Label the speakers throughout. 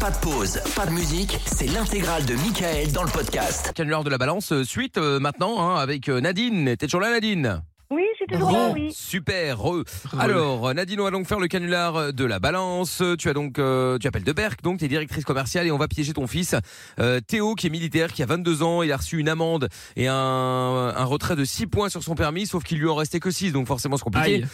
Speaker 1: Pas de pause, pas de musique, c'est l'intégrale de Michael dans le podcast.
Speaker 2: Canular de la balance, euh, suite euh, maintenant hein, avec euh, Nadine. T'es toujours là, Nadine
Speaker 3: Oui, c'est toujours là, oui.
Speaker 2: Super, heureux. Alors, euh, Nadine, on va donc faire le canular euh, de la balance. Tu as donc, euh, tu appelles De Berck, donc t'es directrice commerciale et on va piéger ton fils euh, Théo, qui est militaire, qui a 22 ans. Il a reçu une amende et un, un retrait de 6 points sur son permis, sauf qu'il lui en restait que 6, donc forcément c'est compliqué.
Speaker 4: Aïe.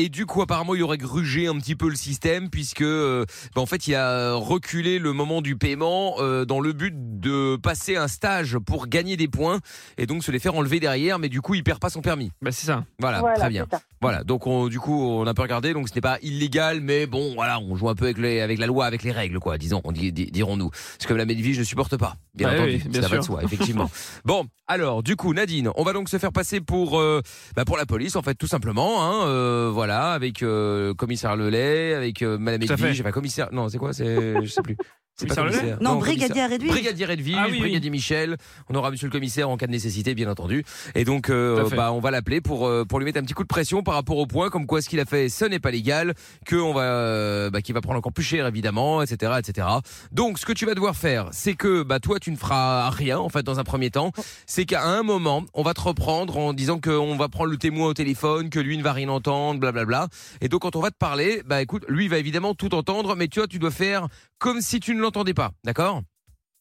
Speaker 2: Et du coup, apparemment, il aurait grugé un petit peu le système puisque, euh, bah, en fait, il a reculé le moment du paiement euh, dans le but de passer un stage pour gagner des points et donc se les faire enlever derrière. Mais du coup, il perd pas son permis.
Speaker 4: Bah c'est ça.
Speaker 2: Voilà,
Speaker 3: Voilà,
Speaker 2: Ah, très bien.
Speaker 3: c'est ça.
Speaker 2: Voilà, donc on- du coup, on a peu regardé, donc ce n'est pas illégal, mais bon, voilà, on joue un peu avec, les, avec la loi, avec les règles, quoi, disons, on dit- di- dirons-nous. Parce que la Medivie, je ne supporte pas, bien
Speaker 4: Bah oui,
Speaker 2: entendu,
Speaker 4: oui, bien
Speaker 2: ça va de
Speaker 4: sûr.
Speaker 2: soi, effectivement. bon, alors, du coup, Nadine, on va donc se faire passer pour, euh, bah, pour la police, en fait, tout simplement, hein, euh, voilà, avec euh, commissaire Lelay, avec euh, Madame
Speaker 4: Tout à
Speaker 2: Edwige,
Speaker 4: fait.
Speaker 2: j'ai pas commissaire, non, c'est quoi, c'est, je sais plus. C'est pas
Speaker 4: Commissaire Lelay
Speaker 2: commissaire.
Speaker 5: Non,
Speaker 2: commissaire.
Speaker 5: brigadier réduit.
Speaker 2: Brigadier Redville,
Speaker 4: Ah oui, oui.
Speaker 2: brigadier Michel. On aura monsieur le commissaire en cas de nécessité, bien entendu. Et donc, euh,
Speaker 4: Tout à fait.
Speaker 2: bah, on va l'appeler pour, euh, pour lui mettre un petit coup de pression par rapport au point, comme quoi ce qu'il a fait, ce n'est pas légal, que on va, euh, bah, qu'il va prendre encore plus cher, évidemment, etc., etc. Donc, ce que tu vas devoir faire, c'est que, bah, toi, tu ne feras rien, en fait, dans un premier temps. C'est qu'à un moment, on va te reprendre en disant qu'on va prendre le témoin au téléphone, que lui ne va rien entendre, blablabla. Et donc, quand on va te parler, bah, écoute, lui, il va évidemment tout entendre, mais tu vois, tu dois faire comme si tu ne l'entendais pas, d'accord?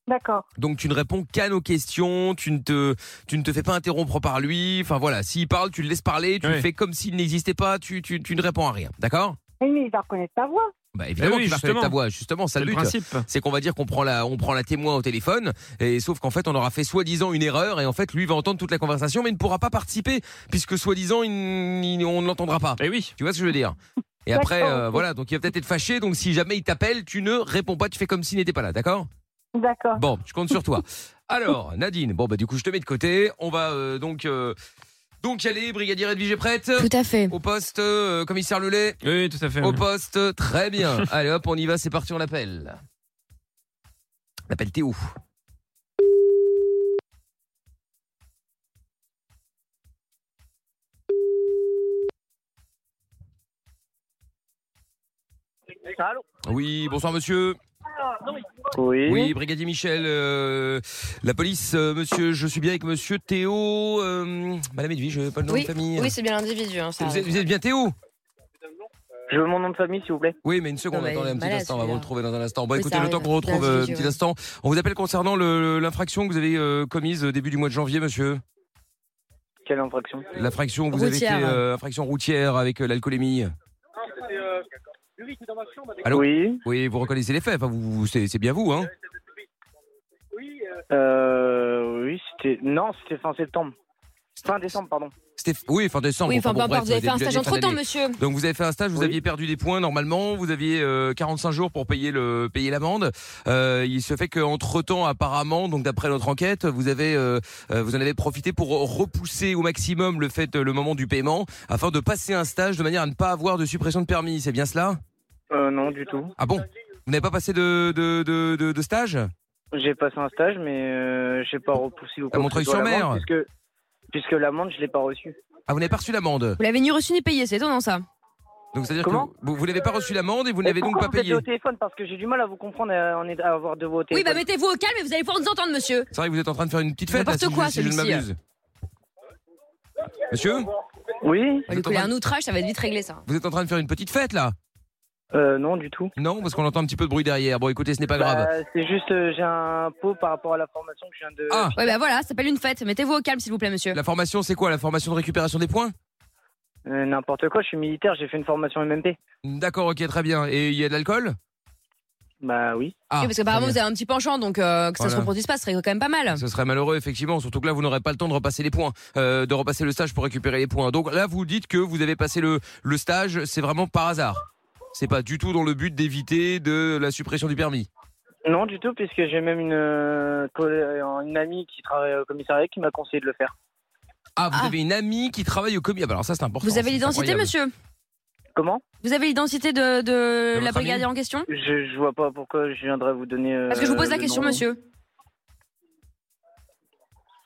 Speaker 3: D'accord.
Speaker 2: Donc tu ne réponds qu'à nos questions, tu ne te tu ne te fais pas interrompre par lui. Enfin voilà, s'il parle, tu le laisses parler, tu
Speaker 4: Ouais.
Speaker 2: le fais comme s'il n'existait pas, tu, tu tu ne réponds à rien. D'accord
Speaker 3: Mais lui, il va reconnaître ta voix.
Speaker 2: Bah évidemment,
Speaker 4: Eh oui,
Speaker 2: tu vas reconnaître
Speaker 4: justement.
Speaker 2: ta voix, justement, ça
Speaker 4: C'est
Speaker 2: le
Speaker 4: le
Speaker 2: but.
Speaker 4: principe.
Speaker 2: C'est qu'on va dire qu'on prend la on prend la témoin au téléphone et sauf qu'en fait on aura fait soi-disant une erreur et en fait lui va entendre toute la conversation mais il ne pourra pas participer puisque soi-disant il n- il- on ne l'entendra pas.
Speaker 4: Et oui.
Speaker 2: Tu vois ce que je veux dire Et après
Speaker 3: D'accord,
Speaker 2: euh,
Speaker 3: ok.
Speaker 2: voilà, donc il va peut-être être fâché donc si jamais il t'appelle, tu ne réponds pas, tu fais comme s'il n'était pas là, d'accord
Speaker 3: D'accord.
Speaker 2: Bon, je compte sur toi. Alors, Nadine, bon, bah, du coup, je te mets de côté. On va euh, donc, euh, donc y aller. Brigadier Edwige est prête
Speaker 6: Tout à fait.
Speaker 2: Au poste, euh, commissaire Lelay,
Speaker 4: Oui, tout à fait.
Speaker 2: au
Speaker 4: oui.
Speaker 2: poste. Très bien. Allez, hop, on y va, c'est parti, on l'appelle. On appelle Théo. Oui, bonsoir monsieur.
Speaker 7: Oui.
Speaker 2: Oui, brigadier Michel, euh, la police, euh, monsieur, je suis bien avec monsieur Théo, euh, madame Edwige, euh, pas le nom
Speaker 6: Oui,
Speaker 2: de famille.
Speaker 6: oui c'est bien l'individu. Hein, ça.
Speaker 2: vous, êtes, vous êtes bien Théo
Speaker 7: Je veux mon nom de famille, s'il vous plaît.
Speaker 2: Oui, mais une seconde,
Speaker 6: Non, mais
Speaker 2: attendez un petit
Speaker 6: malade,
Speaker 2: instant, on va vous
Speaker 6: celui-là.
Speaker 2: retrouver dans un instant. Bon,
Speaker 6: Oui,
Speaker 2: écoutez,
Speaker 6: ça
Speaker 2: le temps
Speaker 6: arrive,
Speaker 2: qu'on retrouve euh, un
Speaker 6: l'individu,
Speaker 2: petit
Speaker 6: ouais.
Speaker 2: instant. On vous appelle concernant le- l'infraction que vous avez euh, commise euh, début du mois de janvier, monsieur.
Speaker 7: Quelle infraction
Speaker 2: L'infraction, vous
Speaker 6: Routière.
Speaker 2: avez été euh, infraction routière avec euh, l'alcoolémie. Allô
Speaker 7: Oui.
Speaker 2: Oui, vous reconnaissez les faits, enfin, vous, vous- c'est c'est bien vous, hein
Speaker 7: Euh, oui, c'était. Non, c'était fin septembre. Fin décembre, pardon.
Speaker 2: C'était Oui, fin décembre.
Speaker 6: Oui,
Speaker 2: enfin,
Speaker 6: enfin,
Speaker 2: bon,
Speaker 6: peu
Speaker 2: bref,
Speaker 6: importe, vous avez fait un
Speaker 2: début
Speaker 6: stage
Speaker 2: d'année, fin
Speaker 6: entre temps,
Speaker 2: d'année.
Speaker 6: monsieur.
Speaker 2: Donc vous avez fait un stage, vous
Speaker 7: Oui.
Speaker 2: aviez perdu des points normalement, vous aviez euh, 45 jours pour payer le payer l'amende. Euh, il se fait qu'entre temps apparemment, donc d'après notre enquête, vous avez euh, euh, vous en avez profité pour repousser au maximum le fait le moment du paiement afin de passer un stage de manière à ne pas avoir de suppression de permis. C'est bien cela
Speaker 7: Euh, non, du tout.
Speaker 2: Ah bon Vous n'avez pas passé de de, de, de, de stage
Speaker 7: J'ai passé un stage, mais euh, j'ai pas repoussé ou quoi. que ce soit
Speaker 2: Montreuil-sur-Mer.
Speaker 7: l'amende, Puisque, puisque l'amende, je l'ai pas reçue.
Speaker 2: Ah vous n'avez pas reçu l'amende.
Speaker 6: Vous l'avez ni reçu ni payé, c'est étonnant ça.
Speaker 2: Donc c'est à dire que
Speaker 7: Comment
Speaker 2: vous, vous n'avez pas reçu l'amende et vous n'avez donc
Speaker 7: Pourquoi
Speaker 2: pas
Speaker 7: vous êtes
Speaker 2: payé.
Speaker 7: au téléphone parce que j'ai du mal à vous comprendre euh, en est- à avoir de vos
Speaker 6: Oui, bah
Speaker 7: téléphones.
Speaker 6: mettez-vous au calme et vous allez pouvoir nous entendre, monsieur.
Speaker 2: C'est vrai que vous êtes en train de faire une petite fête là,
Speaker 6: N'importe
Speaker 2: si, je-
Speaker 6: quoi,
Speaker 2: si je ne
Speaker 6: celui-ci.
Speaker 2: m'abuse. Monsieur,
Speaker 7: Oui.
Speaker 2: Vous
Speaker 6: Du
Speaker 2: êtes en
Speaker 6: coup, il y a
Speaker 2: train-
Speaker 6: un outrage, ça va être vite réglé ça.
Speaker 2: vous êtes en train de faire une petite fête là
Speaker 7: Euh, non, du tout.
Speaker 2: Non, parce qu'on entend un petit peu de bruit derrière. Bon, écoutez, ce n'est pas grave.
Speaker 7: Bah, c'est juste, euh, j'ai un pot par rapport à la formation que je viens de.
Speaker 2: Ah,
Speaker 6: Ouais, bah voilà, ça s'appelle une fête. Mettez-vous au calme, s'il vous plaît, monsieur.
Speaker 2: la formation, c'est quoi La formation de récupération des points
Speaker 7: Euh, N'importe quoi, je suis militaire, j'ai fait une formation MMP.
Speaker 2: D'accord, ok, très bien. Et il y a de l'alcool
Speaker 7: Bah oui.
Speaker 2: Ah,
Speaker 6: Oui, parce qu'apparemment,
Speaker 2: très
Speaker 6: vous
Speaker 2: bien.
Speaker 6: avez un petit penchant, donc euh, que ça
Speaker 2: Voilà.
Speaker 6: se reproduise pas, ce serait quand même pas mal.
Speaker 2: Ce serait malheureux, effectivement, surtout que là, vous n'aurez pas le temps de repasser les points, euh, de repasser le stage pour récupérer les points. Donc là, vous dites que vous avez passé le, le stage, c'est vraiment par hasard. C'est pas du tout dans le but d'éviter de la suppression du permis.
Speaker 7: Non, du tout, puisque j'ai même une, euh, coll- euh, une amie qui travaille au commissariat qui m'a conseillé de le faire.
Speaker 2: Ah, vous
Speaker 6: Ah.
Speaker 2: avez une amie qui travaille au commis. Ah, bah alors ça, c'est important.
Speaker 6: Vous avez
Speaker 2: c'est
Speaker 6: l'identité,
Speaker 2: incroyable.
Speaker 6: monsieur
Speaker 7: Comment
Speaker 6: Vous avez l'identité de, de
Speaker 2: De
Speaker 6: la
Speaker 2: votre
Speaker 6: brigadière en question
Speaker 7: je, je vois pas pourquoi je viendrais vous donner. euh,
Speaker 6: Parce que je vous pose la
Speaker 7: le
Speaker 6: question,
Speaker 7: nom.
Speaker 6: monsieur.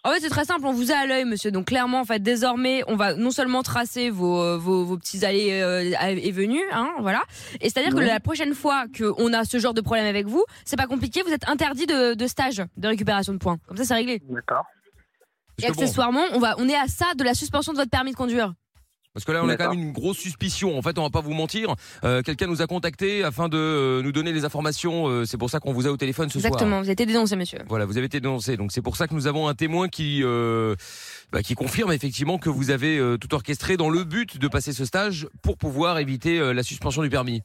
Speaker 6: En fait, Ah c'est très simple, on vous a à l'œil, monsieur. Donc, clairement, en fait, désormais, on va non seulement tracer vos, euh, vos, vos petits allées euh, à- et venues, hein, voilà. Et c'est-à-dire que la prochaine fois qu'on a ce genre de problème avec vous, c'est pas compliqué, vous êtes interdit de, de stage, de récupération de points. Comme ça, c'est réglé.
Speaker 7: D'accord.
Speaker 6: Et
Speaker 2: Parce que, bon,
Speaker 6: accessoirement, on, va, on est à ça de la suspension de votre permis de conduire.
Speaker 2: parce que là, on a quand
Speaker 7: D'accord.
Speaker 2: même une grosse suspicion. En fait, on va pas vous mentir. Euh, Quelqu'un nous a contacté afin de euh, nous donner des informations. Euh, c'est pour ça qu'on vous a au téléphone ce soir.
Speaker 6: Exactement, vous avez été dénoncé, monsieur.
Speaker 2: Voilà, vous avez été dénoncé. Donc c'est pour ça que nous avons un témoin qui euh, bah, qui confirme effectivement que vous avez euh, tout orchestré dans le but de passer ce stage pour pouvoir éviter euh, la suspension du permis.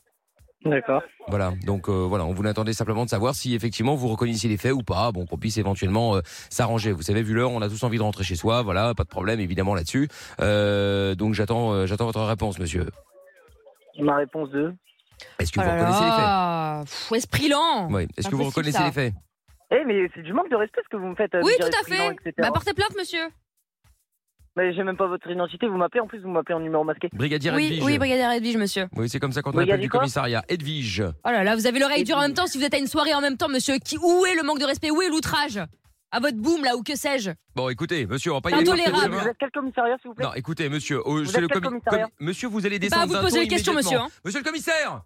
Speaker 7: D'accord.
Speaker 2: Voilà. Donc euh, voilà, on vous attendait simplement de savoir si effectivement vous reconnaissiez les faits ou pas. Bon, qu'on puisse éventuellement euh, s'arranger. Vous savez, vu l'heure, on a tous envie de rentrer chez soi. Voilà, pas de problème évidemment là-dessus. Euh, donc j'attends euh, j'attends votre réponse, monsieur.
Speaker 7: Ma réponse 2.
Speaker 2: Est-ce que
Speaker 6: Oh
Speaker 2: vous
Speaker 6: là
Speaker 2: reconnaissez les faits
Speaker 6: là, pff, esprit lent
Speaker 2: Oui. Est-ce que vous
Speaker 6: Oh Impossible,
Speaker 2: reconnaissez
Speaker 6: ça.
Speaker 2: les faits
Speaker 7: Eh, mais c'est du manque de respect ce que vous me faites. euh,
Speaker 6: Oui,
Speaker 7: de dire
Speaker 6: tout à
Speaker 7: esprit lent,
Speaker 6: fait.
Speaker 7: etc.
Speaker 6: Bah, portez plainte, monsieur.
Speaker 7: Mais j'ai même pas votre identité. Vous m'appelez en plus, vous m'appelez en numéro masqué.
Speaker 2: Brigadier
Speaker 6: Oui,
Speaker 2: Edwige.
Speaker 6: oui, brigadier Edwige, monsieur.
Speaker 2: Oui, c'est comme ça quand on
Speaker 7: Brigadier
Speaker 2: appelle du
Speaker 7: quoi
Speaker 2: commissariat. Edwige.
Speaker 6: Oh là là, vous avez l'oreille
Speaker 7: Et
Speaker 6: dure en
Speaker 7: puis-
Speaker 6: même temps si vous êtes à une soirée en même temps, monsieur. Qui, où est le manque de respect Où est l'outrage À votre boom, là, ou que sais-je
Speaker 2: Bon, écoutez, monsieur, on va pas y aller. par tous les
Speaker 6: Intolérable.
Speaker 2: chemins.
Speaker 7: Vous êtes quel commissariat, s'il vous plaît
Speaker 2: Ah, Non, écoutez, monsieur, au-
Speaker 7: Vous
Speaker 2: chez
Speaker 7: êtes
Speaker 2: le
Speaker 7: quel
Speaker 2: commi-
Speaker 7: commissariat
Speaker 2: commi- monsieur, vous allez
Speaker 6: C'est
Speaker 2: descendre.
Speaker 6: pas à Bah, vous de
Speaker 2: d'un
Speaker 6: poser
Speaker 2: ton
Speaker 6: les questions, monsieur. hein.
Speaker 2: immédiatement. Monsieur le commissaire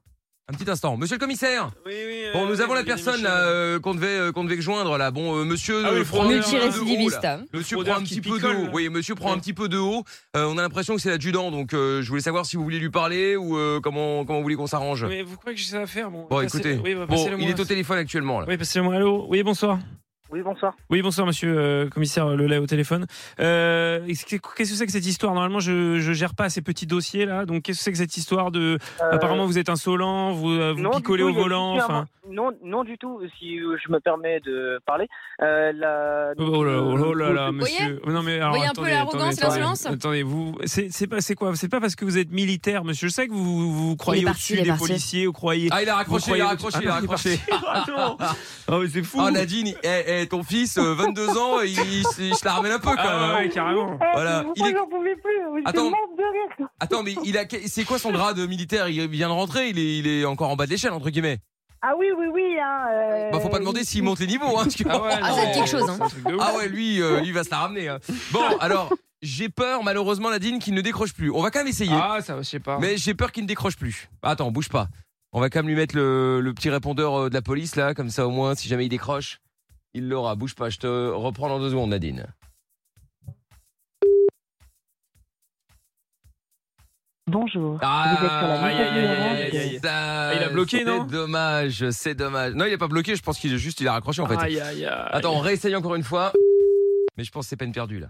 Speaker 2: Un petit instant, monsieur le commissaire.
Speaker 4: Oui, oui.
Speaker 2: Bon,
Speaker 4: euh,
Speaker 2: nous
Speaker 4: oui,
Speaker 2: avons la
Speaker 4: Denis
Speaker 2: personne
Speaker 4: Michaud.
Speaker 2: là, euh, qu'on devait euh, qu'on devait joindre là. Bon, euh, monsieur,
Speaker 4: Ah oui,
Speaker 2: euh,
Speaker 4: le
Speaker 2: prend un
Speaker 4: fraudeur,
Speaker 2: petit peu de haut,
Speaker 6: Multirécidiviste.
Speaker 2: là.
Speaker 4: Le
Speaker 2: Monsieur
Speaker 4: fraudeur
Speaker 2: prend un
Speaker 4: qui
Speaker 2: petit peu de
Speaker 4: picole,
Speaker 2: haut.
Speaker 4: là.
Speaker 2: Oui, monsieur prend un
Speaker 4: Ouais.
Speaker 2: petit peu de haut. Euh, on a l'impression que c'est l'adjudant, donc euh, je voulais savoir si vous voulez lui parler ou euh, comment comment vous voulez qu'on s'arrange.
Speaker 4: Mais vous croyez que j'ai ça à faire Bon,
Speaker 2: euh, Bon,
Speaker 4: passez-
Speaker 2: écoutez,
Speaker 4: oui, bah,
Speaker 2: Bon,
Speaker 4: passez-le
Speaker 2: il
Speaker 4: moi.
Speaker 2: est au téléphone actuellement là.
Speaker 4: Oui, passez-le-moi. Allô Oui, bonsoir.
Speaker 7: Oui, bonsoir.
Speaker 4: Oui, bonsoir, monsieur euh, commissaire Lelay au téléphone. Euh, est-ce que- qu'est-ce que c'est que cette histoire Normalement, je, je gère pas ces petits dossiers là. Donc, qu'est-ce que c'est que cette histoire de.
Speaker 7: Euh,
Speaker 4: Apparemment, vous êtes insolent, vous, euh, vous
Speaker 7: non, du
Speaker 4: picolez
Speaker 7: tout,
Speaker 4: au
Speaker 7: il y a
Speaker 4: volant.
Speaker 7: juste eu un
Speaker 4: Enfin.
Speaker 7: man- Non, non du tout, si euh, je me permets de parler. Euh, la...
Speaker 4: Oh là là, oh là là,
Speaker 6: Vous voyez
Speaker 4: monsieur. Non, mais alors,
Speaker 6: voyez un peu
Speaker 4: attendez,
Speaker 6: l'arrogance et
Speaker 4: attendez,
Speaker 6: l'insolence
Speaker 4: attendez, Attendez, vous, c'est, c'est pas, c'est quoi C'est pas parce que vous êtes militaire, monsieur. Je sais que vous, vous, vous croyez au-dessus
Speaker 6: parti, il est
Speaker 4: des
Speaker 6: parti.
Speaker 4: policiers, vous croyez.
Speaker 2: Ah, il a
Speaker 4: vous
Speaker 2: raccroché, il
Speaker 4: croyez
Speaker 2: a
Speaker 4: au-dessus-
Speaker 2: raccroché, il a
Speaker 4: Ah non, il est
Speaker 2: raccroché.
Speaker 4: parti. Ah non. Ah ouais, c'est fou.
Speaker 2: Ah, Nadine, il- eh, eh, ton fils, euh, 22 ans, il, il- il se la ramène un peu quand même.
Speaker 4: Ah
Speaker 2: hein.
Speaker 4: ouais, carrément.
Speaker 3: Eh,
Speaker 2: Voilà,
Speaker 3: vous,
Speaker 2: il est-
Speaker 3: j'en pouvais plus. Vous
Speaker 2: Attends.
Speaker 3: êtes morte de rire.
Speaker 2: Attends, mais il a, c'est quoi son grade militaire Il vient de rentrer, il est, il est encore en bas de l'échelle, entre guillemets.
Speaker 3: Ah oui, oui, oui. Hein, euh,
Speaker 2: Bah, faut pas demander s'il monte les niveaux, hein. parce que-
Speaker 4: ouais,
Speaker 6: Ah, c'est
Speaker 4: non,
Speaker 6: quelque chose, hein.
Speaker 4: c'est un truc de ouf.
Speaker 2: Ah ouais, lui, euh, lui va se la ramener. hein. Bon, alors, j'ai peur, malheureusement, Nadine, qu'il ne décroche plus. On va quand même essayer,
Speaker 4: Ah, ça, va, je sais pas.
Speaker 2: mais j'ai peur qu'il ne décroche plus. Ah, Attends, bouge pas. On va quand même lui mettre le, le petit répondeur euh, de la police, là, comme ça, au moins, si jamais il décroche, il l'aura. Bouge pas, je te reprends dans deux secondes, Nadine.
Speaker 5: Bonjour. Vous êtes sur la
Speaker 2: Ah,
Speaker 5: messagerie
Speaker 4: aïe, aïe, aïe, aïe, aïe.
Speaker 2: ça,
Speaker 4: Ah, il a bloqué,
Speaker 2: c'est
Speaker 4: non
Speaker 2: dommage, c'est dommage. Non, il est pas bloqué, je pense qu'il est juste, il a raccroché, en fait.
Speaker 4: Aïe, aïe, aïe.
Speaker 2: Attends, on réessaye encore une fois. Mais je pense que c'est peine perdue là.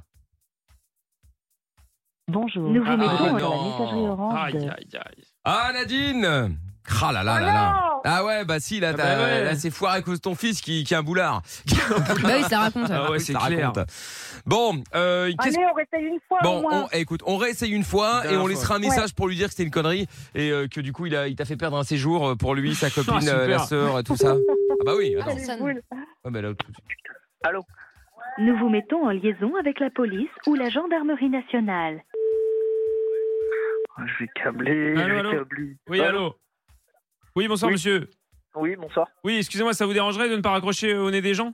Speaker 5: Bonjour.
Speaker 3: Nous vous
Speaker 5: Vous êtes
Speaker 2: mettons
Speaker 5: sur
Speaker 2: alors-
Speaker 5: la messagerie orange.
Speaker 4: Aïe,
Speaker 5: de-
Speaker 4: aïe, aïe.
Speaker 2: Ah Nadine Ah là là là là
Speaker 3: Ah
Speaker 2: Ah ouais bah si là,
Speaker 4: Ah
Speaker 2: t'as-
Speaker 4: bah ouais.
Speaker 2: là, c'est foiré à cause de ton fils qui, qui a un boulard.
Speaker 6: Bah oui, ça raconte.
Speaker 4: Ah ouais,
Speaker 2: Ça
Speaker 4: c'est clair.
Speaker 2: raconte. Bon, euh,
Speaker 3: non
Speaker 2: qu'est-ce
Speaker 3: Allez, on réessaye une fois au
Speaker 2: Bon,
Speaker 3: moins.
Speaker 2: on, eh, écoute, on réessaye une fois et
Speaker 4: Dernière
Speaker 2: on
Speaker 4: fois.
Speaker 2: laissera un message pour lui dire que c'était une connerie et euh, que du coup il a, il t'a fait perdre un séjour euh, pour lui, sa copine,
Speaker 4: Ah, super.
Speaker 2: euh, la sœur, tout ça. Ah bah oui. Attends.
Speaker 3: Allez,
Speaker 6: Personne.
Speaker 3: boule.
Speaker 2: Ouais, mais là, tout de suite.
Speaker 5: Nous vous mettons en liaison avec la police ou la gendarmerie nationale.
Speaker 7: Je vais câbler,
Speaker 4: Allô,
Speaker 7: je
Speaker 4: allô
Speaker 7: vais câbler.
Speaker 4: Oui, allô Oui, bonsoir,
Speaker 7: Oui.
Speaker 4: monsieur.
Speaker 7: Oui, bonsoir.
Speaker 4: Oui, excusez-moi, ça vous dérangerait de ne pas raccrocher au nez des gens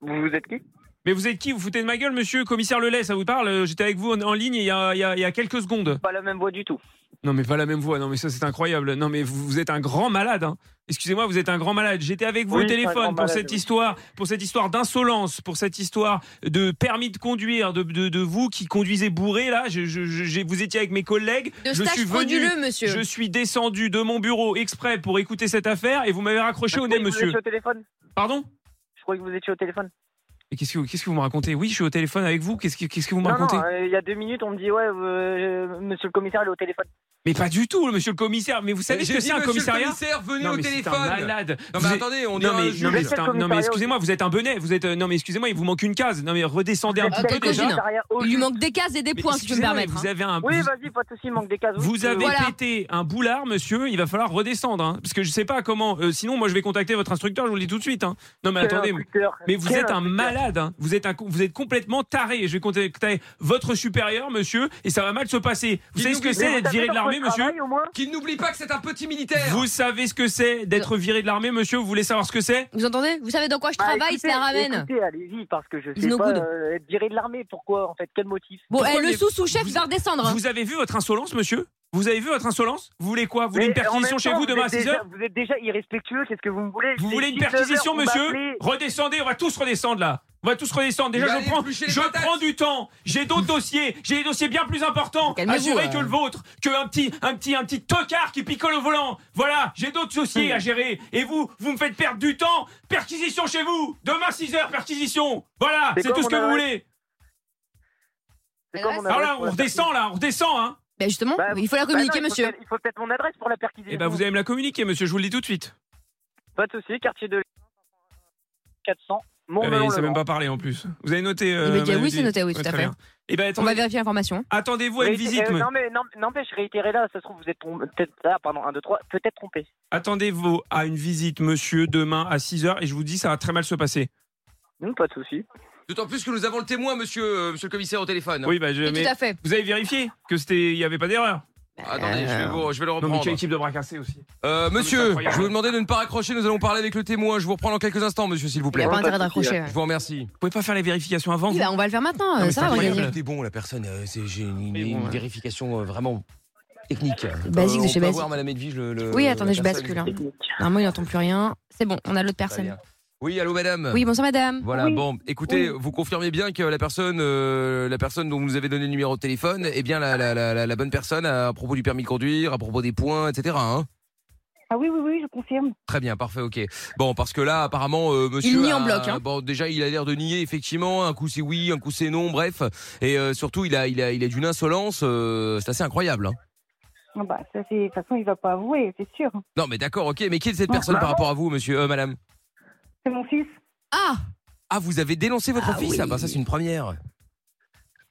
Speaker 7: Vous, vous êtes qui
Speaker 4: Mais vous êtes qui Vous foutez de ma gueule, monsieur Commissaire Lelay, ça vous parle Euh, J'étais avec vous en, en ligne il y, a, il y a- il y a quelques secondes.
Speaker 7: Pas la même voix du tout.
Speaker 4: Non, mais pas la même voix, non, mais ça c'est incroyable. Non, mais vous, vous êtes un grand malade. hein. Excusez-moi, vous êtes un grand malade. J'étais avec vous
Speaker 7: Oui,
Speaker 4: au
Speaker 7: je suis un grand
Speaker 4: téléphone pour
Speaker 7: malade,
Speaker 4: cette
Speaker 7: oui.
Speaker 4: histoire, pour cette histoire d'insolence, pour cette histoire de permis de conduire, de, de- de vous qui conduisez bourré là. Je- je- je- j'ai- vous étiez avec mes collègues.
Speaker 6: De
Speaker 4: je suis
Speaker 6: stage
Speaker 4: venu.
Speaker 6: frauduleux, monsieur.
Speaker 4: Je suis descendu de mon bureau exprès pour écouter cette affaire et vous m'avez raccroché au
Speaker 7: Je
Speaker 4: nez,
Speaker 7: croyais que Vous
Speaker 4: monsieur.
Speaker 7: étiez au téléphone
Speaker 4: Pardon
Speaker 7: Je croyais que vous étiez au téléphone.
Speaker 4: Mais qu'est-ce que, qu'est-ce que vous me racontez Oui, je suis au téléphone avec vous. Qu'est-ce que, qu'est-ce que vous me
Speaker 7: non,
Speaker 4: racontez
Speaker 7: non, euh, il y a deux minutes, on me dit, ouais, euh, monsieur le commissaire, il est au téléphone.
Speaker 4: Mais pas du tout, le monsieur le commissaire. Mais vous savez ce
Speaker 2: J'ai
Speaker 4: que
Speaker 2: dit,
Speaker 4: c'est un
Speaker 2: monsieur le
Speaker 4: commissariat
Speaker 2: commissaire, venez
Speaker 4: Non,
Speaker 2: au
Speaker 4: mais c'est
Speaker 2: téléphone.
Speaker 4: un malade.
Speaker 2: Non mais
Speaker 4: Vous êtes-
Speaker 2: attendez, on
Speaker 4: non,
Speaker 2: dirait
Speaker 4: mais,
Speaker 2: un
Speaker 4: non,
Speaker 2: juge.
Speaker 4: mais c'est un-
Speaker 7: Vous êtes le
Speaker 4: non, mais
Speaker 7: commissariat
Speaker 4: excusez-moi, vous êtes un benet. Vous êtes euh, non mais excusez-moi, il vous manque une case. Non mais redescendez un
Speaker 7: Vous
Speaker 4: petit
Speaker 7: êtes
Speaker 4: peu
Speaker 7: au
Speaker 6: quelques-unes.
Speaker 4: déjà.
Speaker 6: déjà.
Speaker 7: commissariat au-
Speaker 6: Il lui manque des cases et des
Speaker 4: Mais
Speaker 6: points, si je peux me
Speaker 4: excusez-moi, mais
Speaker 6: permettre.
Speaker 4: Vous avez un
Speaker 7: hein. Oui, bah, euh, vas-y, pas de soucis, il manque des cases.
Speaker 4: vous,
Speaker 7: Oui,
Speaker 4: avez
Speaker 6: Voilà.
Speaker 4: pété un boulard, monsieur. Il va falloir redescendre, hein, parce que je sais pas comment. euh, sinon, moi, je vais contacter votre instructeur. Je vous le dis tout de suite. hein. Non mais
Speaker 7: Quel
Speaker 4: attendez.
Speaker 7: instructeur,
Speaker 4: Mais vous
Speaker 7: quel
Speaker 4: êtes un
Speaker 7: instructeur.
Speaker 4: malade. hein. Vous êtes un, con- vous êtes complètement taré. Je vais contacter votre supérieur, monsieur, et ça va mal se passer. Vous
Speaker 2: Qui
Speaker 4: savez ce
Speaker 2: nous-
Speaker 4: que
Speaker 2: mais
Speaker 4: c'est
Speaker 2: vous
Speaker 4: d'être viré de l'armée, monsieur
Speaker 3: Travail, au moins.
Speaker 2: Qu'il n'oublie pas que c'est un petit militaire.
Speaker 4: Vous savez ce que c'est d'être viré de l'armée, monsieur Vous voulez savoir ce que c'est
Speaker 6: Vous entendez Vous savez dans quoi je
Speaker 7: Bah,
Speaker 6: travaille,
Speaker 7: écoutez,
Speaker 6: c'est la ramène.
Speaker 7: Écoutez, allez-y, parce que je
Speaker 6: Ils
Speaker 7: sais
Speaker 6: nous
Speaker 7: pas
Speaker 6: goudent.
Speaker 7: euh, être viré de l'armée. Pourquoi, en fait Quel motif
Speaker 6: Bon, eh,
Speaker 4: Pourquoi
Speaker 6: le
Speaker 4: les-
Speaker 6: sous-sous-chef
Speaker 4: vous-
Speaker 6: va redescendre. hein.
Speaker 4: Vous avez vu votre insolence, monsieur Vous avez vu votre insolence Vous voulez quoi Vous voulez
Speaker 7: Mais
Speaker 4: une
Speaker 7: en même
Speaker 4: perquisition chez
Speaker 7: temps,
Speaker 4: vous demain à
Speaker 7: êtes
Speaker 4: 6
Speaker 7: déjà-
Speaker 4: heures
Speaker 7: Vous êtes déjà irrespectueux, qu'est-ce que vous me voulez
Speaker 4: Vous
Speaker 7: C'est
Speaker 4: voulez une
Speaker 7: 19 heures,
Speaker 4: perquisition,
Speaker 7: vous
Speaker 4: monsieur
Speaker 7: m'appelez.
Speaker 4: Redescendez, on va tous redescendre là. On va tous redescendre.
Speaker 2: Il va
Speaker 4: Déjà,
Speaker 2: aller
Speaker 4: je prends,
Speaker 2: éplucher les
Speaker 4: je
Speaker 2: patates.
Speaker 4: prends du temps. J'ai d'autres dossiers. J'ai des dossiers bien plus importants à
Speaker 6: Calmez-vous,
Speaker 4: gérer
Speaker 6: euh.
Speaker 4: que le vôtre, que un petit, un petit, un petit tocard qui picole au volant. Voilà, j'ai d'autres dossiers
Speaker 7: Hmm.
Speaker 4: à gérer. Et vous, vous me faites perdre du temps. Perquisition chez vous. Demain 6 heures, perquisition. Voilà,
Speaker 7: C'est
Speaker 4: c'est
Speaker 7: quoi
Speaker 4: tout ce
Speaker 7: mon
Speaker 4: que vous
Speaker 7: adresse
Speaker 4: voulez.
Speaker 7: C'est quoi mon
Speaker 6: Alors
Speaker 4: Alors
Speaker 7: adresse
Speaker 4: là,
Speaker 7: pour
Speaker 4: on
Speaker 7: la
Speaker 4: redescend là, on redescend. Hein.
Speaker 6: Ben justement,
Speaker 7: Bah,
Speaker 6: il faut la
Speaker 7: Bah non, il
Speaker 6: communiquer,
Speaker 7: faut
Speaker 6: monsieur.
Speaker 7: peut-être- Il faut peut-être mon adresse pour la perquisition.
Speaker 4: Eh ben, vous allez me la communiquer, monsieur. Je vous le dis tout de suite.
Speaker 7: Pas de souci, quartier de 400.
Speaker 4: Ah,
Speaker 7: Mon
Speaker 4: mais il sait même pas parler en plus. Vous avez noté. euh,
Speaker 6: Il m'a dit,
Speaker 4: madame
Speaker 6: oui, c'est
Speaker 4: Didi
Speaker 6: noté, oui, tout à
Speaker 4: très
Speaker 6: fait.
Speaker 4: bien. Eh ben,
Speaker 6: On va
Speaker 4: attendez-
Speaker 6: vérifier l'information.
Speaker 4: attendez-vous à une visite. me-
Speaker 7: Non mais non, n'empêche, réitérez là, ça se trouve vous êtes trom- peut-être ah, pardon, 1 2 3, peut-être trompé.
Speaker 4: Attendez-vous à une visite, monsieur, demain à 6h, et je vous dis, ça va très mal se passer.
Speaker 7: Non, pas de souci.
Speaker 2: D'autant plus que nous avons le témoin, monsieur, euh, monsieur le commissaire, au téléphone.
Speaker 4: Oui, bah, je,
Speaker 6: Oui,
Speaker 4: mais
Speaker 6: Tout à fait.
Speaker 4: vous avez vérifié que c'était, il n'y avait pas d'erreur.
Speaker 2: Attendez, je vais, vous- je vais le
Speaker 4: Ah. Non, mais
Speaker 2: reprendre.
Speaker 4: quelle équipe de bras cassés aussi.
Speaker 2: Euh,
Speaker 4: Non, mais c'est
Speaker 2: monsieur,
Speaker 4: incroyable.
Speaker 2: je vais vous demander de ne pas raccrocher. Nous allons parler avec le témoin. Je vous reprends dans quelques instants, monsieur, s'il vous
Speaker 6: Il n'y
Speaker 2: plaît.
Speaker 6: a pas
Speaker 7: Pas de
Speaker 6: intérêt de
Speaker 7: souci,
Speaker 6: raccrocher.
Speaker 2: Je vous remercie.
Speaker 4: Vous pouvez pas faire les vérifications avant
Speaker 6: Oui,
Speaker 4: vous
Speaker 6: bah, on va le faire maintenant,
Speaker 4: Non, mais
Speaker 6: ça
Speaker 4: c'est
Speaker 6: va, on va
Speaker 4: incroyable.
Speaker 6: gagner.
Speaker 2: Tout est bon, la personne. euh, c'est- J'ai une,
Speaker 4: Mais bon,
Speaker 2: une
Speaker 4: ouais.
Speaker 2: vérification euh, vraiment technique. Euh,
Speaker 6: Basique de
Speaker 2: on
Speaker 6: chez
Speaker 2: peut
Speaker 6: basique.
Speaker 2: avoir Madame Edwige le. le-
Speaker 6: Oui,
Speaker 2: la
Speaker 6: attendez, je
Speaker 2: personne.
Speaker 6: bascule. hein. Normalement, il n'entend plus rien. C'est bon, on a l'autre
Speaker 2: Très
Speaker 6: personne.
Speaker 2: bien. Oui, allô, madame.
Speaker 6: Oui, bonsoir madame.
Speaker 2: Voilà,
Speaker 3: Oui.
Speaker 2: bon, écoutez, vous confirmez bien que la personne, euh, la personne dont vous nous avez donné le numéro de téléphone, est bien la, la, la, la- la bonne personne à, propos du permis de conduire, à propos des points, etc. hein
Speaker 3: Ah oui, oui, oui, je confirme.
Speaker 2: Très bien, parfait, ok. Bon, parce que là, apparemment, euh, monsieur.
Speaker 6: Il nie
Speaker 2: a-
Speaker 6: en bloc, hein.
Speaker 2: Bon, déjà, il a l'air de nier, effectivement. Un coup, c'est oui, un coup, c'est non, bref. Et euh, surtout, il a, il a, il a d'une insolence, euh, c'est assez incroyable. hein.
Speaker 3: Ah bah, ça, c'est... De toute façon, il va pas avouer, c'est sûr.
Speaker 2: Non, mais d'accord, ok. Mais qui est cette personne par rapport à vous, monsieur, euh, madame
Speaker 3: C'est mon fils.
Speaker 6: Ah
Speaker 2: Ah, vous avez dénoncé votre
Speaker 6: Ah
Speaker 2: fils
Speaker 6: oui.
Speaker 2: Ah, bah, ça, c'est une première.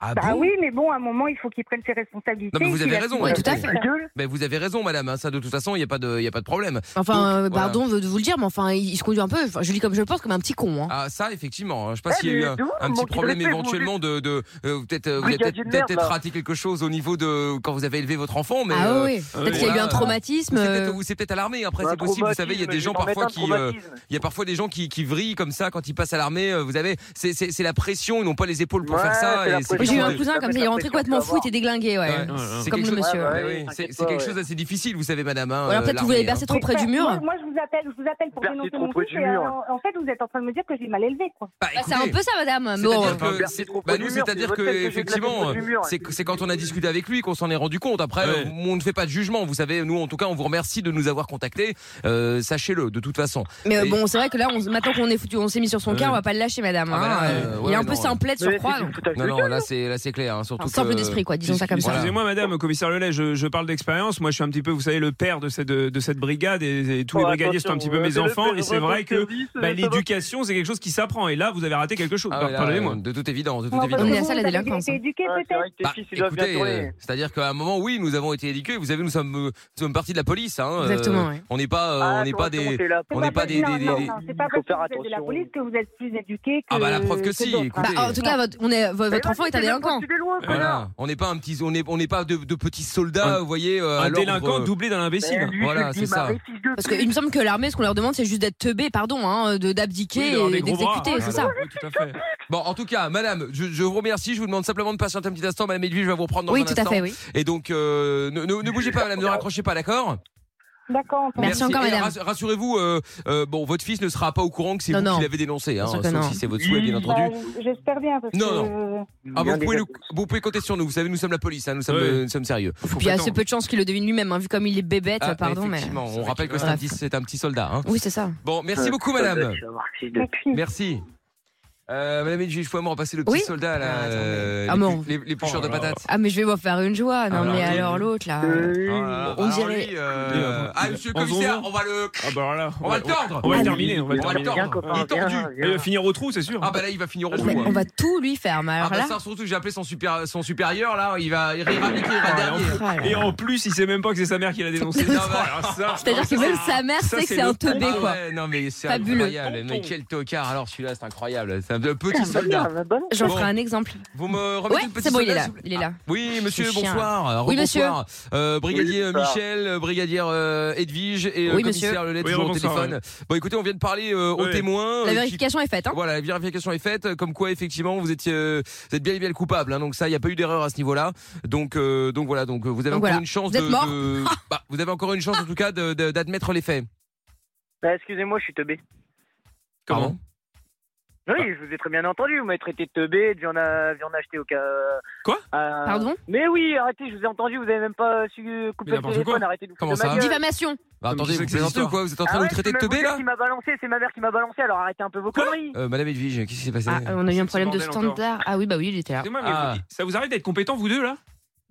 Speaker 2: Ah,
Speaker 3: Bah
Speaker 2: bon
Speaker 3: oui, mais bon, à un moment, il faut qu'il prenne ses responsabilités.
Speaker 2: Non, mais vous
Speaker 3: qu'il
Speaker 2: avez
Speaker 3: assume
Speaker 7: euh,
Speaker 2: raison, hein.
Speaker 3: sa
Speaker 6: tout à fait.
Speaker 3: gueule.
Speaker 2: Mais vous avez raison, madame. hein, Ça, de toute façon, il n'y a pas de, il y a pas de problème.
Speaker 6: Enfin,
Speaker 2: voilà.
Speaker 6: euh, pardon de vous le dire, mais enfin, il, il se conduit un peu, enfin, je lis comme je le pense, comme un petit con. hein.
Speaker 2: Ah, ça, effectivement. hein, Je sais pas
Speaker 7: Eh,
Speaker 2: s'il y a eu
Speaker 7: mais
Speaker 2: un,
Speaker 7: d'où
Speaker 2: un petit
Speaker 7: vous manquez de
Speaker 2: problème
Speaker 7: respect, vous
Speaker 2: éventuellement de, de, euh, peut-être, euh, vous avez
Speaker 7: Brigadier
Speaker 2: peut-être,
Speaker 7: de merde,
Speaker 2: peut-être
Speaker 7: là.
Speaker 2: raté quelque chose au niveau de euh, quand vous avez élevé votre enfant, mais.
Speaker 6: ah
Speaker 2: euh,
Speaker 6: oui,
Speaker 4: euh,
Speaker 6: peut-être qu'il y a eu
Speaker 2: voilà.
Speaker 6: un traumatisme.
Speaker 2: Ou c'est
Speaker 6: euh,
Speaker 2: peut-être- ou c'est peut-être à l'armée. Après,
Speaker 7: Un
Speaker 2: c'est possible. Vous savez, il y a des gens
Speaker 7: traumatisme, je vais
Speaker 2: parfois
Speaker 7: t'en
Speaker 2: qui,
Speaker 7: mettre un
Speaker 2: euh,
Speaker 7: traumatisme.
Speaker 2: il y a parfois des gens qui, qui vrillent comme ça quand ils passent à l'armée. euh, Vous savez, c'est, c'est, c'est la pression. Ils n'ont pas les épaules pour
Speaker 7: Ouais,
Speaker 2: faire ça.
Speaker 7: c'est la
Speaker 2: et c'est
Speaker 7: pression.
Speaker 6: J'ai eu
Speaker 2: quelque
Speaker 6: un
Speaker 2: chose de-
Speaker 6: cousin comme ça, il est rentré complètement fou, il était déglingué,
Speaker 2: Ouais,
Speaker 6: ouais.
Speaker 4: Ouais,
Speaker 2: c'est
Speaker 6: Comme
Speaker 2: quelque
Speaker 6: le
Speaker 2: chose-
Speaker 6: monsieur,
Speaker 2: ouais,
Speaker 7: ouais.
Speaker 2: ouais,
Speaker 7: Ouais,
Speaker 2: c'est-
Speaker 7: ouais.
Speaker 2: C'est quelque chose d'assez difficile, vous savez, madame. hein,
Speaker 6: Ou alors peut-être que vous
Speaker 2: l'armée,
Speaker 6: l'avez
Speaker 2: hein.
Speaker 6: bercé trop près
Speaker 3: Mais,
Speaker 6: du
Speaker 3: bah,
Speaker 6: mur.
Speaker 3: Moi, moi, je vous appelle, je vous appelle pour
Speaker 7: Merci,
Speaker 3: dénoncer
Speaker 7: trop
Speaker 3: mon
Speaker 7: près
Speaker 3: fils.
Speaker 7: du
Speaker 3: et,
Speaker 7: mur.
Speaker 3: euh, en fait, vous êtes en train de me dire que j'ai mal élevé, quoi.
Speaker 2: Bah,
Speaker 6: Bah, c'est un hein.
Speaker 2: écoutez,
Speaker 6: peu ça, madame. Mais
Speaker 2: C'est-à-dire
Speaker 6: bon,
Speaker 2: que
Speaker 7: Bercé
Speaker 2: c'est-
Speaker 7: trop près
Speaker 2: bah,
Speaker 7: du
Speaker 2: nous,
Speaker 7: mur,
Speaker 2: c'est-à-dire
Speaker 7: c'est
Speaker 2: que
Speaker 7: votre tête que j'ai de la tête
Speaker 2: effectivement, euh,
Speaker 7: près du mur.
Speaker 2: c'est c'est quand on a discuté avec lui qu'on s'en est rendu compte. Après,
Speaker 4: Ouais.
Speaker 2: on on ne fait pas de jugement. Vous savez, nous, en tout cas, on vous remercie de nous avoir contactés. Euh, Sachez-le, de toute façon.
Speaker 6: mais euh,
Speaker 2: Et-
Speaker 6: bon, c'est vrai que là, on, se- maintenant qu'on est foutu, on s'est mis sur son cas, on va pas le lâcher, madame.
Speaker 2: Ah,
Speaker 6: hein.
Speaker 2: bah là,
Speaker 6: Euh,
Speaker 2: euh,
Speaker 6: il est
Speaker 2: ouais,
Speaker 6: un peu
Speaker 2: non.
Speaker 6: simplette sur
Speaker 7: Mais
Speaker 6: croix.
Speaker 7: c'est
Speaker 6: donc.
Speaker 7: tout à fait
Speaker 2: Non,
Speaker 7: le
Speaker 2: non,
Speaker 7: cas.
Speaker 2: là, c'est là, c'est clair. hein, surtout
Speaker 6: Enfin, simple
Speaker 2: que-
Speaker 6: d'esprit, quoi, disons ça comme ça.
Speaker 4: Excusez-moi, madame, commissaire Lelay, je, je parle d'expérience. Moi, je suis un petit peu, vous savez, le père de cette, de cette brigade et, et tous les
Speaker 7: Oh,
Speaker 4: brigadiers sont un petit peu mes
Speaker 7: attention,
Speaker 4: enfants.
Speaker 7: le-
Speaker 4: Et c'est
Speaker 7: le-
Speaker 4: vrai que
Speaker 7: service,
Speaker 4: bah,
Speaker 7: euh, ça va
Speaker 4: l'éducation, c'est quelque chose qui s'apprend. Et là, vous avez raté quelque chose.
Speaker 2: Ah,
Speaker 4: Par-
Speaker 6: Bah,
Speaker 2: ouais, là,
Speaker 4: Pardonnez-moi.
Speaker 2: euh, De toute évidence, de toute
Speaker 3: Non, parce
Speaker 2: évidence.
Speaker 6: On
Speaker 3: que
Speaker 6: est à
Speaker 3: vous,
Speaker 6: ça, la
Speaker 3: vous avez
Speaker 6: délinquance,
Speaker 3: été éduqué,
Speaker 7: Ouais, Ah, c'est
Speaker 3: peut-être
Speaker 7: vrai que tes
Speaker 2: Bah,
Speaker 7: fils, ils doivent bien
Speaker 2: écoutez,
Speaker 7: tourner.
Speaker 2: euh, c'est-à-dire qu'à un moment, oui, nous avons été éduqués. Vous savez, nous sommes, euh, nous sommes partie de la police. hein, euh,
Speaker 6: Exactement, ouais.
Speaker 2: On n'est pas, euh,
Speaker 7: Ah,
Speaker 2: on n'est pas
Speaker 7: attention,
Speaker 2: des.
Speaker 7: t'es là pour-
Speaker 2: on n'est pas
Speaker 3: parce-
Speaker 2: des-
Speaker 3: non,
Speaker 2: des-
Speaker 3: non,
Speaker 2: des-
Speaker 3: non, c'est pas
Speaker 7: Faut
Speaker 3: parce que
Speaker 7: faire
Speaker 3: vous êtes de la
Speaker 7: attention.
Speaker 3: police que vous êtes plus éduqué que.
Speaker 2: Ah, bah, la preuve que si,
Speaker 3: d'autres.
Speaker 2: écoutez.
Speaker 6: Bah, en tout cas, votre, on est- vo- votre enfant est un délinquant.
Speaker 2: Voilà. On n'est pas un petit, on n'est, on n'est pas de, de petits soldats,
Speaker 4: Un-
Speaker 2: vous voyez. euh, à
Speaker 4: Un
Speaker 2: l'ordre,
Speaker 4: délinquant
Speaker 2: euh,
Speaker 4: doublé d'un
Speaker 6: Bah,
Speaker 4: imbécile.
Speaker 2: Voilà, c'est ça.
Speaker 6: Parce qu'il me semble que l'armée, ce qu'on leur demande, c'est juste d'être teubé, pardon, hein, de-
Speaker 4: Oui,
Speaker 6: d'abdiquer
Speaker 4: d'avoir des
Speaker 6: et
Speaker 4: gros bras.
Speaker 6: d'exécuter, c'est ça.
Speaker 4: Oui, tout à fait.
Speaker 2: Bon, en tout cas, madame, je, je vous remercie. Je vous demande simplement de patienter un petit instant. Madame Edwige, je vais vous reprendre dans
Speaker 6: Oui,
Speaker 2: un
Speaker 6: tout à
Speaker 2: instant.
Speaker 6: fait, oui.
Speaker 2: Et donc, euh, ne, ne- ne bougez pas, madame, ne raccrochez pas, d'accord
Speaker 3: D'accord. on
Speaker 6: Merci encore,
Speaker 2: Et
Speaker 6: madame.
Speaker 2: rass- Rassurez-vous, euh, euh, bon, votre fils ne sera pas au courant que c'est
Speaker 6: Non,
Speaker 2: vous
Speaker 6: non.
Speaker 2: qui l'avez dénoncé, hein,
Speaker 6: Bien sûr que
Speaker 2: sauf
Speaker 6: non.
Speaker 2: si c'est votre souhait, bien
Speaker 3: Bah,
Speaker 2: entendu.
Speaker 3: J'espère bien. Parce
Speaker 2: Non,
Speaker 3: que...
Speaker 2: Ah,
Speaker 7: Bien
Speaker 2: vous, pouvez
Speaker 7: des
Speaker 2: nous- vous pouvez compter sur nous. Vous savez, nous sommes la police, hein, nous, sommes,
Speaker 4: Ouais.
Speaker 2: euh, nous sommes sérieux.
Speaker 4: Faut
Speaker 6: Puis il y a assez
Speaker 4: prétendre.
Speaker 6: peu de chances qu'il le devine lui-même, hein, vu comme il est bébête,
Speaker 2: Ah,
Speaker 6: pardon, mais.
Speaker 2: effectivement, on rappelle que c'est un,
Speaker 6: Bref.
Speaker 2: petit- c'est un petit soldat. hein.
Speaker 6: Oui, c'est ça.
Speaker 2: Bon,
Speaker 7: Euh,
Speaker 2: merci beaucoup, madame.
Speaker 3: Merci.
Speaker 2: Merci. Euh, madame Edwige, je peux me repasser le petit
Speaker 6: Oui.
Speaker 2: soldat, là,
Speaker 6: Ah, attendez.
Speaker 2: euh,
Speaker 6: Ah,
Speaker 2: les,
Speaker 6: bon.
Speaker 2: pu- les, les plucheurs
Speaker 4: Oh
Speaker 2: de
Speaker 4: là là.
Speaker 2: patates.
Speaker 6: Ah, mais je vais vous faire une joie. Non,
Speaker 2: Alors,
Speaker 6: mais
Speaker 2: lui-
Speaker 6: alors l'autre, là.
Speaker 2: Ah,
Speaker 6: On
Speaker 2: alors
Speaker 6: dirait-
Speaker 2: lui, euh, Ah, monsieur le
Speaker 4: On se
Speaker 2: commissaire,
Speaker 4: revoit.
Speaker 2: on va le.
Speaker 4: Ah, bah alors là,
Speaker 2: On va le tordre.
Speaker 4: on va le
Speaker 6: Ah,
Speaker 4: terminer. On va le
Speaker 2: On va le
Speaker 4: terminer.
Speaker 2: tordre. Il est tordu.
Speaker 4: Il va finir au trou, c'est sûr.
Speaker 2: Ah bah là il va finir au
Speaker 6: Mais
Speaker 2: trou. hein.
Speaker 6: on va tout lui faire, mais
Speaker 2: Ah
Speaker 6: alors
Speaker 2: bah
Speaker 6: là.
Speaker 2: ça surtout que j'ai appelé son, super, son supérieur là, il va il rira niquer, il va
Speaker 4: Ah,
Speaker 2: dernier.
Speaker 4: on-
Speaker 6: Ah, là, là.
Speaker 4: Et en plus, il sait même pas que c'est sa mère qui l'a dénoncé. Oh,
Speaker 2: Non, bah. mais-
Speaker 6: C'est-à-dire que même sa mère
Speaker 4: Ça,
Speaker 6: sait que
Speaker 4: c'est
Speaker 6: c'est un
Speaker 4: le-
Speaker 6: teubé,
Speaker 2: Ah
Speaker 6: quoi.
Speaker 2: ouais, non mais c'est
Speaker 6: Fabuleux.
Speaker 2: incroyable, mais quel tocard alors celui-là c'est incroyable. Ça, un petit soldat.
Speaker 7: Bonne, bonne.
Speaker 6: J'en
Speaker 2: Bon.
Speaker 6: ferai un exemple.
Speaker 2: Vous me remettez
Speaker 6: Ouais,
Speaker 2: le petit
Speaker 6: c'est bon, il est
Speaker 2: soldat,
Speaker 6: là.
Speaker 2: s'il vous plaît
Speaker 6: Il est là.
Speaker 2: Ah, Oui, monsieur,
Speaker 6: Ce chien.
Speaker 2: bonsoir.
Speaker 6: Oui,
Speaker 2: Rebonsoir. Euh, brigadier euh,
Speaker 7: bonsoir.
Speaker 2: Michel, euh, brigadière euh, Edwige et euh,
Speaker 6: Oui, monsieur.
Speaker 2: commissaire Lelette
Speaker 4: Oui,
Speaker 2: toujours au
Speaker 4: rebonsoir,
Speaker 2: téléphone. Bon, écoutez, on vient de parler euh, aux
Speaker 4: Oui.
Speaker 2: témoins. euh,
Speaker 6: La
Speaker 2: qui-
Speaker 6: vérification est faite. Hein.
Speaker 2: Voilà, la vérification est faite, euh, comme quoi effectivement vous étiez, euh, vous êtes bien et bien le coupable. hein. donc ça, il n'y a pas eu d'erreur à ce niveau-là. Donc, euh, donc voilà, donc euh, vous avez
Speaker 6: Donc
Speaker 2: encore
Speaker 6: voilà.
Speaker 2: une chance
Speaker 6: Vous êtes
Speaker 2: de,
Speaker 6: mort.
Speaker 2: de- bah, vous avez encore une chance en tout cas de- de- d'admettre les faits.
Speaker 7: Bah, excusez-moi, je suis teubé.
Speaker 4: Comment
Speaker 2: Pardon
Speaker 7: Oui, je vous ai très bien entendu. Vous m'avez traité de teubé, de viande, à- viande achetée au cas.
Speaker 4: Quoi
Speaker 7: à-
Speaker 6: Pardon
Speaker 7: Mais oui, arrêtez, je vous ai entendu. Vous avez même pas su couper
Speaker 4: Mais
Speaker 7: le
Speaker 4: n'importe
Speaker 7: téléphone.
Speaker 4: quoi.
Speaker 7: Arrêtez de vous
Speaker 2: Comment
Speaker 7: foutre de
Speaker 2: ça
Speaker 7: ma gueule.
Speaker 6: Diffamation.
Speaker 2: Bah,
Speaker 4: Mais je
Speaker 2: Attendez,
Speaker 4: sais
Speaker 2: vous
Speaker 4: que
Speaker 2: plaisantez
Speaker 4: c'est
Speaker 2: ou quoi Vous êtes en train
Speaker 7: Ah
Speaker 2: de
Speaker 7: ouais,
Speaker 2: nous traiter
Speaker 7: je
Speaker 2: de
Speaker 7: peux même
Speaker 2: teubé
Speaker 7: vous
Speaker 2: là
Speaker 7: dire qui m'a balancé, c'est ma mère qui m'a balancé, alors arrêtez un peu vos
Speaker 4: Quoi
Speaker 7: conneries.
Speaker 2: Euh, Madame Edwige, qu'est-ce qui s'est passé
Speaker 6: Ah, on a eu un
Speaker 4: C'est
Speaker 6: problème de
Speaker 4: bordel encore.
Speaker 6: standard. Ah oui, bah oui, il était là.
Speaker 4: Excusez-moi, mais
Speaker 2: Ah.
Speaker 4: vous- ça vous arrive d'être compétents, vous deux, là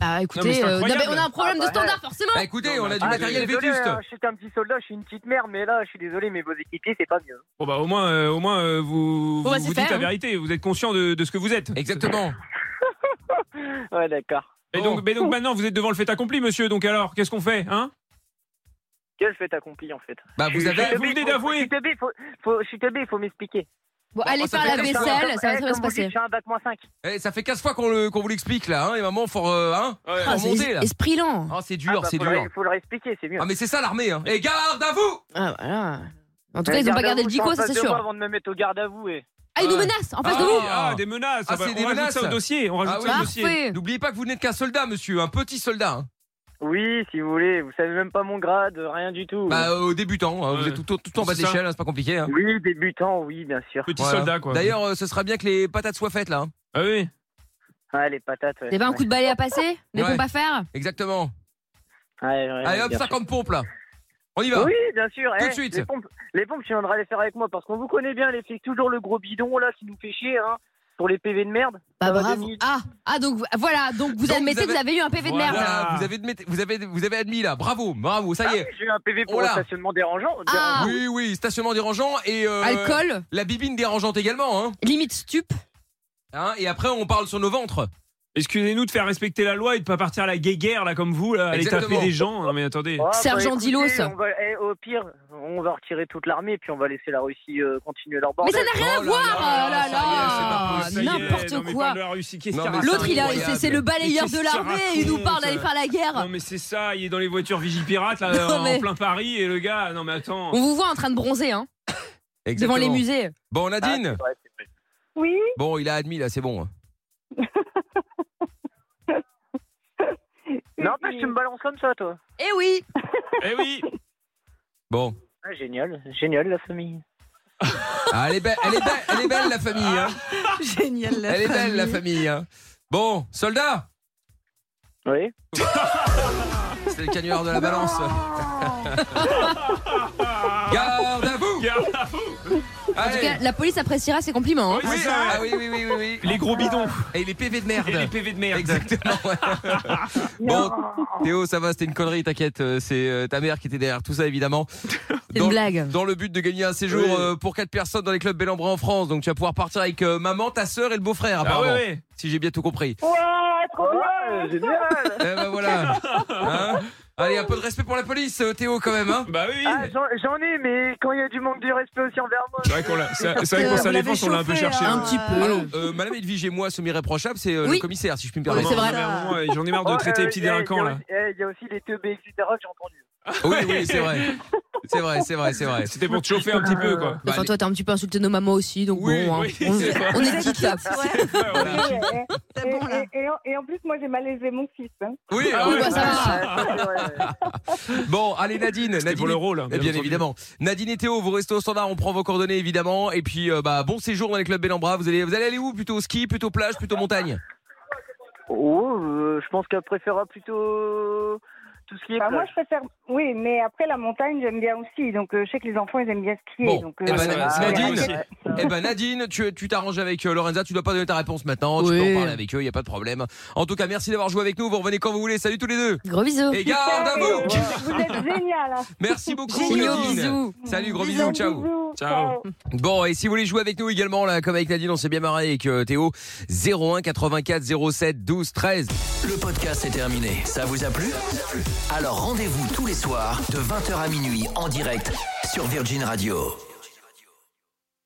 Speaker 6: Bah
Speaker 4: Non, mais
Speaker 6: écoutez,
Speaker 4: c'est
Speaker 6: euh, non, mais
Speaker 4: incroyable.
Speaker 6: on a un problème
Speaker 7: Ah,
Speaker 6: de
Speaker 7: bah,
Speaker 6: standard forcément.
Speaker 2: Bah, Écoutez,
Speaker 4: Non,
Speaker 2: on a
Speaker 4: mais
Speaker 2: du
Speaker 4: attendez,
Speaker 7: Ah, je suis
Speaker 2: matériel
Speaker 7: désolé,
Speaker 2: vétuste.
Speaker 7: hein, j'étais un petit soldat, je suis une petite merde, mais là, je suis désolé, mais vos équipiers, c'est pas mieux.
Speaker 4: Bon, bah, au moins, euh, au moins euh, vous, vous,
Speaker 6: Bon, bah, c'est
Speaker 4: vous dites
Speaker 6: fait,
Speaker 4: la
Speaker 6: hein.
Speaker 4: vérité, vous êtes conscient de, de ce que vous êtes.
Speaker 2: Exactement.
Speaker 7: Ouais, d'accord.
Speaker 4: Et
Speaker 2: Bon.
Speaker 4: donc, mais
Speaker 6: Oh.
Speaker 4: donc maintenant, vous êtes devant le fait accompli, monsieur, donc alors, qu'est-ce qu'on fait, hein
Speaker 7: Quelle fête accomplie, en fait.
Speaker 2: Bah vous
Speaker 7: Je suis
Speaker 2: avez
Speaker 7: teubé,
Speaker 4: vous venez
Speaker 7: faut-
Speaker 4: d'avouer.
Speaker 7: Je suis teubé, faut, faut- je suis teubé, faut m'expliquer.
Speaker 6: Bon, allez
Speaker 2: ça
Speaker 6: faire
Speaker 2: fait
Speaker 6: Ah, la
Speaker 2: comme
Speaker 6: vaisselle,
Speaker 2: ça,
Speaker 6: ça va
Speaker 7: Eh,
Speaker 6: très
Speaker 7: comme
Speaker 6: bien
Speaker 7: vous
Speaker 6: se
Speaker 7: dites,
Speaker 6: passer.
Speaker 7: J'ai un bac moins 5.
Speaker 2: Eh, ça fait 15 fois qu'on le- qu'on vous l'explique là, hein, et maman, faut, euh, hein, faut
Speaker 6: Ah,
Speaker 2: remonter là.
Speaker 6: c'est esprit lent.
Speaker 2: Ah, c'est dur, c'est
Speaker 7: bah, faut
Speaker 2: dur.
Speaker 7: Le, faut leur expliquer, c'est mieux.
Speaker 2: Ah mais c'est ça l'armée, hein. Et garde à vous
Speaker 6: Ah voilà. En tout cas, ils ont pas gardé le dico, ça c'est sûr.
Speaker 7: avant de me mettre au garde à vous. Et...
Speaker 6: Ah, ils nous menacent en face
Speaker 2: Ah,
Speaker 6: de vous.
Speaker 2: oui.
Speaker 4: Ah, des menaces,
Speaker 2: Ah,
Speaker 4: on va-
Speaker 2: c'est
Speaker 4: on
Speaker 2: des
Speaker 4: rajoute
Speaker 2: menaces.
Speaker 4: ça au dossier, on
Speaker 2: Ah
Speaker 4: rajoute
Speaker 2: oui.
Speaker 4: ça au dossier.
Speaker 6: Parfait.
Speaker 2: N'oubliez pas que vous n'êtes qu'un soldat, monsieur, un petit soldat. hein.
Speaker 7: Oui, si vous voulez, vous savez même pas mon grade, rien du tout.
Speaker 2: Bah, euh, débutant, hein, vous
Speaker 4: Ouais.
Speaker 2: êtes tout, tout- tout en bas de
Speaker 4: C'est ça.
Speaker 2: l'échelle, hein, c'est pas compliqué. hein.
Speaker 7: oui, débutant, oui, bien sûr.
Speaker 4: Petit
Speaker 2: Voilà.
Speaker 4: soldat, quoi.
Speaker 2: D'ailleurs, euh, ce sera bien que les patates soient faites là. hein.
Speaker 4: Ah oui.
Speaker 7: Ah, les patates. Ouais.
Speaker 6: Vous avez Eh ben, un coup de balai à passer Des
Speaker 2: Ouais.
Speaker 6: pompes à faire
Speaker 2: Exactement.
Speaker 7: Ouais, ouais,
Speaker 2: Allez
Speaker 7: ouais,
Speaker 2: hop,
Speaker 7: bien sûr.
Speaker 2: 50 pompes là. On y va.
Speaker 7: Oui, bien sûr.
Speaker 2: Tout
Speaker 7: eh,
Speaker 2: de suite.
Speaker 7: Les pompes, les pompes, tu viendras les faire avec moi parce qu'on vous connaît bien, les filles. Toujours le gros bidon là qui nous fait chier, hein, pour les PV de merde.
Speaker 6: Bah
Speaker 7: Ça va,
Speaker 6: bravo.
Speaker 7: Denis
Speaker 6: Ah, ah donc vous- voilà, donc vous
Speaker 2: Donc,
Speaker 6: admettez
Speaker 2: vous
Speaker 6: que vous avez eu un PV de merde.
Speaker 4: Voilà.
Speaker 2: Là, vous avez, admis- vous avez, vous avez admis là. Bravo, bravo, ça y est.
Speaker 7: Ah J'ai eu un PV pour
Speaker 2: Oh
Speaker 7: le
Speaker 2: là.
Speaker 7: stationnement dérangeant.
Speaker 6: Ah.
Speaker 7: dérangeant.
Speaker 2: Oui, oui, stationnement dérangeant et euh,
Speaker 6: Alcool,
Speaker 2: la bibine dérangeante également. Hein.
Speaker 6: limite stup.
Speaker 2: Hein, et après, on parle sur nos ventres.
Speaker 4: Excusez-nous de faire respecter la loi et de pas partir à la guéguerre, là, comme vous, là, aller
Speaker 2: Exactement.
Speaker 4: taper des gens. Non, mais attendez.
Speaker 7: Ah, bah,
Speaker 6: Sergent
Speaker 7: écoutez,
Speaker 6: Dilos.
Speaker 7: on va- eh, au pire, on va retirer toute l'armée puis on va laisser la Russie euh, continuer leur
Speaker 6: Mais
Speaker 7: bordel.
Speaker 6: ça n'a rien
Speaker 2: Oh là
Speaker 6: à
Speaker 4: bah,
Speaker 6: voir.
Speaker 2: là là
Speaker 6: Ah là
Speaker 2: là,
Speaker 6: là,
Speaker 2: ça y est, ça y est,
Speaker 4: non,
Speaker 6: n'importe
Speaker 4: mais
Speaker 6: quoi.
Speaker 4: parle de la Russie, qu'est-ce
Speaker 2: Non,
Speaker 4: qu'il
Speaker 2: mais
Speaker 4: raconte
Speaker 6: L'autre, il a,
Speaker 2: Ah, incroyable.
Speaker 6: c'est c'est le balayeur
Speaker 4: Mais qu'est-ce
Speaker 6: de
Speaker 4: qu'il
Speaker 6: l'armée et il nous
Speaker 4: raconte,
Speaker 6: parle d'aller
Speaker 4: euh,
Speaker 6: faire la guerre.
Speaker 4: Non mais c'est ça, il est dans les voitures Vigipirate là,
Speaker 6: Non,
Speaker 4: en
Speaker 6: mais-
Speaker 4: plein Paris et le gars, non mais attends.
Speaker 6: On vous voit en train de bronzer, hein,
Speaker 2: Exactement.
Speaker 6: devant les musées.
Speaker 2: Bon,
Speaker 7: Ah, c'est
Speaker 2: Nadine.
Speaker 7: vrai, c'est vrai.
Speaker 3: Oui,
Speaker 2: Bon, il a admis là, c'est bon. hein.
Speaker 7: N'empêche, tu me balances comme ça, toi.
Speaker 6: Eh oui.
Speaker 4: Eh oui,
Speaker 2: Bon.
Speaker 7: Ah, génial, génial la famille.
Speaker 2: Ah, elle, est belle, elle, est belle, elle est belle la famille. Hein.
Speaker 6: Ah, Génial.
Speaker 2: Elle est belle la famille. hein. Bon, soldat.
Speaker 7: Oui.
Speaker 2: C'est le canular de la balance. Garde à vous
Speaker 4: regarde,
Speaker 6: En tout
Speaker 2: Allez.
Speaker 6: cas, la police appréciera ses compliments. hein.
Speaker 4: Oui,
Speaker 2: Oui,
Speaker 4: c'est ça.
Speaker 2: ah oui, oui, oui, oui, Ah, oui.
Speaker 4: les gros bidons
Speaker 2: Et les PV de merde.
Speaker 4: et les PV de merde. Ah,
Speaker 2: Exactement. ouais. bon, Théo, ça va, c'était une connerie, t'inquiète. euh, C'est euh, ta mère qui était derrière tout ça, évidemment.
Speaker 6: C'est
Speaker 2: Dans-
Speaker 6: une blague.
Speaker 2: Dans le but de gagner un séjour
Speaker 4: Oui.
Speaker 2: euh, pour quatre personnes dans les clubs Bellambra en France. Donc tu vas pouvoir partir avec euh, maman, ta sœur et le beau-frère,
Speaker 4: Ah
Speaker 2: apparemment.
Speaker 4: ouais, ouais.
Speaker 2: Si j'ai bien tout compris.
Speaker 7: Ouais, trop bien, génial.
Speaker 2: eh ben voilà. Hein Allez, un peu de respect pour la police, euh, Théo, quand même. Hein
Speaker 4: Bah oui.
Speaker 7: Ah, j'en- j'en ai, mais quand il y a du manque de respect aussi envers moi.
Speaker 4: C'est vrai qu'on l'a, c'est c'est vrai qu'on
Speaker 8: Euh,
Speaker 4: sa
Speaker 8: vous l'avez
Speaker 4: défense, on l'a un peu
Speaker 8: chauffé,
Speaker 4: cherché.
Speaker 8: hein.
Speaker 4: hein.
Speaker 6: Un petit peu.
Speaker 2: Alors, euh, Madame Edwige et moi, semi-réprochable, c'est euh,
Speaker 6: Oui.
Speaker 2: le commissaire, si je puis me
Speaker 8: Oui,
Speaker 2: permettre.
Speaker 8: c'est vrai.
Speaker 4: Non, mais à un moment, eh, j'en ai marre de
Speaker 7: Oh,
Speaker 4: traiter les
Speaker 7: euh,
Speaker 4: petits
Speaker 7: eh, il y a
Speaker 4: délinquants là.
Speaker 7: aussi- eh, Il y a aussi les teubés, etc. que J'ai entendu.
Speaker 2: Oui, oui, c'est vrai. C'est vrai, c'est vrai, c'est vrai.
Speaker 4: C'était pour te chauffer un petit peu quoi.
Speaker 2: Bah,
Speaker 6: Enfin, toi, t'as un petit peu insulté nos mamans aussi, donc
Speaker 4: Oui,
Speaker 6: bon, hein.
Speaker 4: oui,
Speaker 6: on,
Speaker 4: c'est vrai.
Speaker 6: on est titulables.
Speaker 8: Ouais,
Speaker 4: Ouais, on a-
Speaker 3: et, et-
Speaker 8: c'est bon là.
Speaker 3: et- et en- et en plus, moi, j'ai mal élevé mon fils. hein.
Speaker 2: Oui,
Speaker 4: Ah
Speaker 2: oui,
Speaker 4: ouais.
Speaker 6: bah, ça va.
Speaker 7: Ouais, c'est vrai.
Speaker 2: Bon, allez Nadine,
Speaker 4: C'était
Speaker 2: Nadine
Speaker 4: pour le rôle. hein,
Speaker 2: Eh bien évidemment. Nadine et Théo, vous restez au standard, on prend vos coordonnées évidemment. Et puis euh, bah bon séjour dans les clubs Bellambra. Vous allez vous allez aller où Plutôt au ski, plutôt plage, plutôt montagne
Speaker 7: Oh, euh, je pense qu'elle préférera plutôt tout ce qui est
Speaker 3: Enfin, moi,
Speaker 7: plage.
Speaker 3: je préfère. Oui, mais après la montagne, j'aime bien aussi. Donc, euh, je sais que les enfants, ils aiment bien skier.
Speaker 2: Bon,
Speaker 3: donc, euh,
Speaker 2: eh ben,
Speaker 3: voilà.
Speaker 2: c'est Nadine.
Speaker 7: Ah,
Speaker 3: Après,
Speaker 2: Eh ben Nadine, tu tu t'arranges avec euh, Lorenza, tu dois pas donner ta réponse maintenant, tu
Speaker 6: Oui.
Speaker 2: peux en parler avec eux, il y a pas de problème. En tout cas, merci d'avoir joué avec nous, vous revenez quand vous voulez. Salut tous les deux.
Speaker 6: Gros bisous.
Speaker 2: Et garde à vous.
Speaker 3: Ah, Vous êtes génial. hein.
Speaker 2: Merci beaucoup
Speaker 6: Géniaux,
Speaker 2: Nadine.
Speaker 6: bisous.
Speaker 2: Salut, gros
Speaker 8: Bisous,
Speaker 2: bisous, ciao.
Speaker 4: Ciao.
Speaker 2: Bon, et si vous voulez jouer avec nous également, là, comme avec Nadine, on s'est bien marré avec euh, Théo, 01 84 07 12 13.
Speaker 1: Le podcast est terminé. Ça vous a plu Alors rendez-vous tous les soirs de 20h à minuit en direct sur Virgin Radio.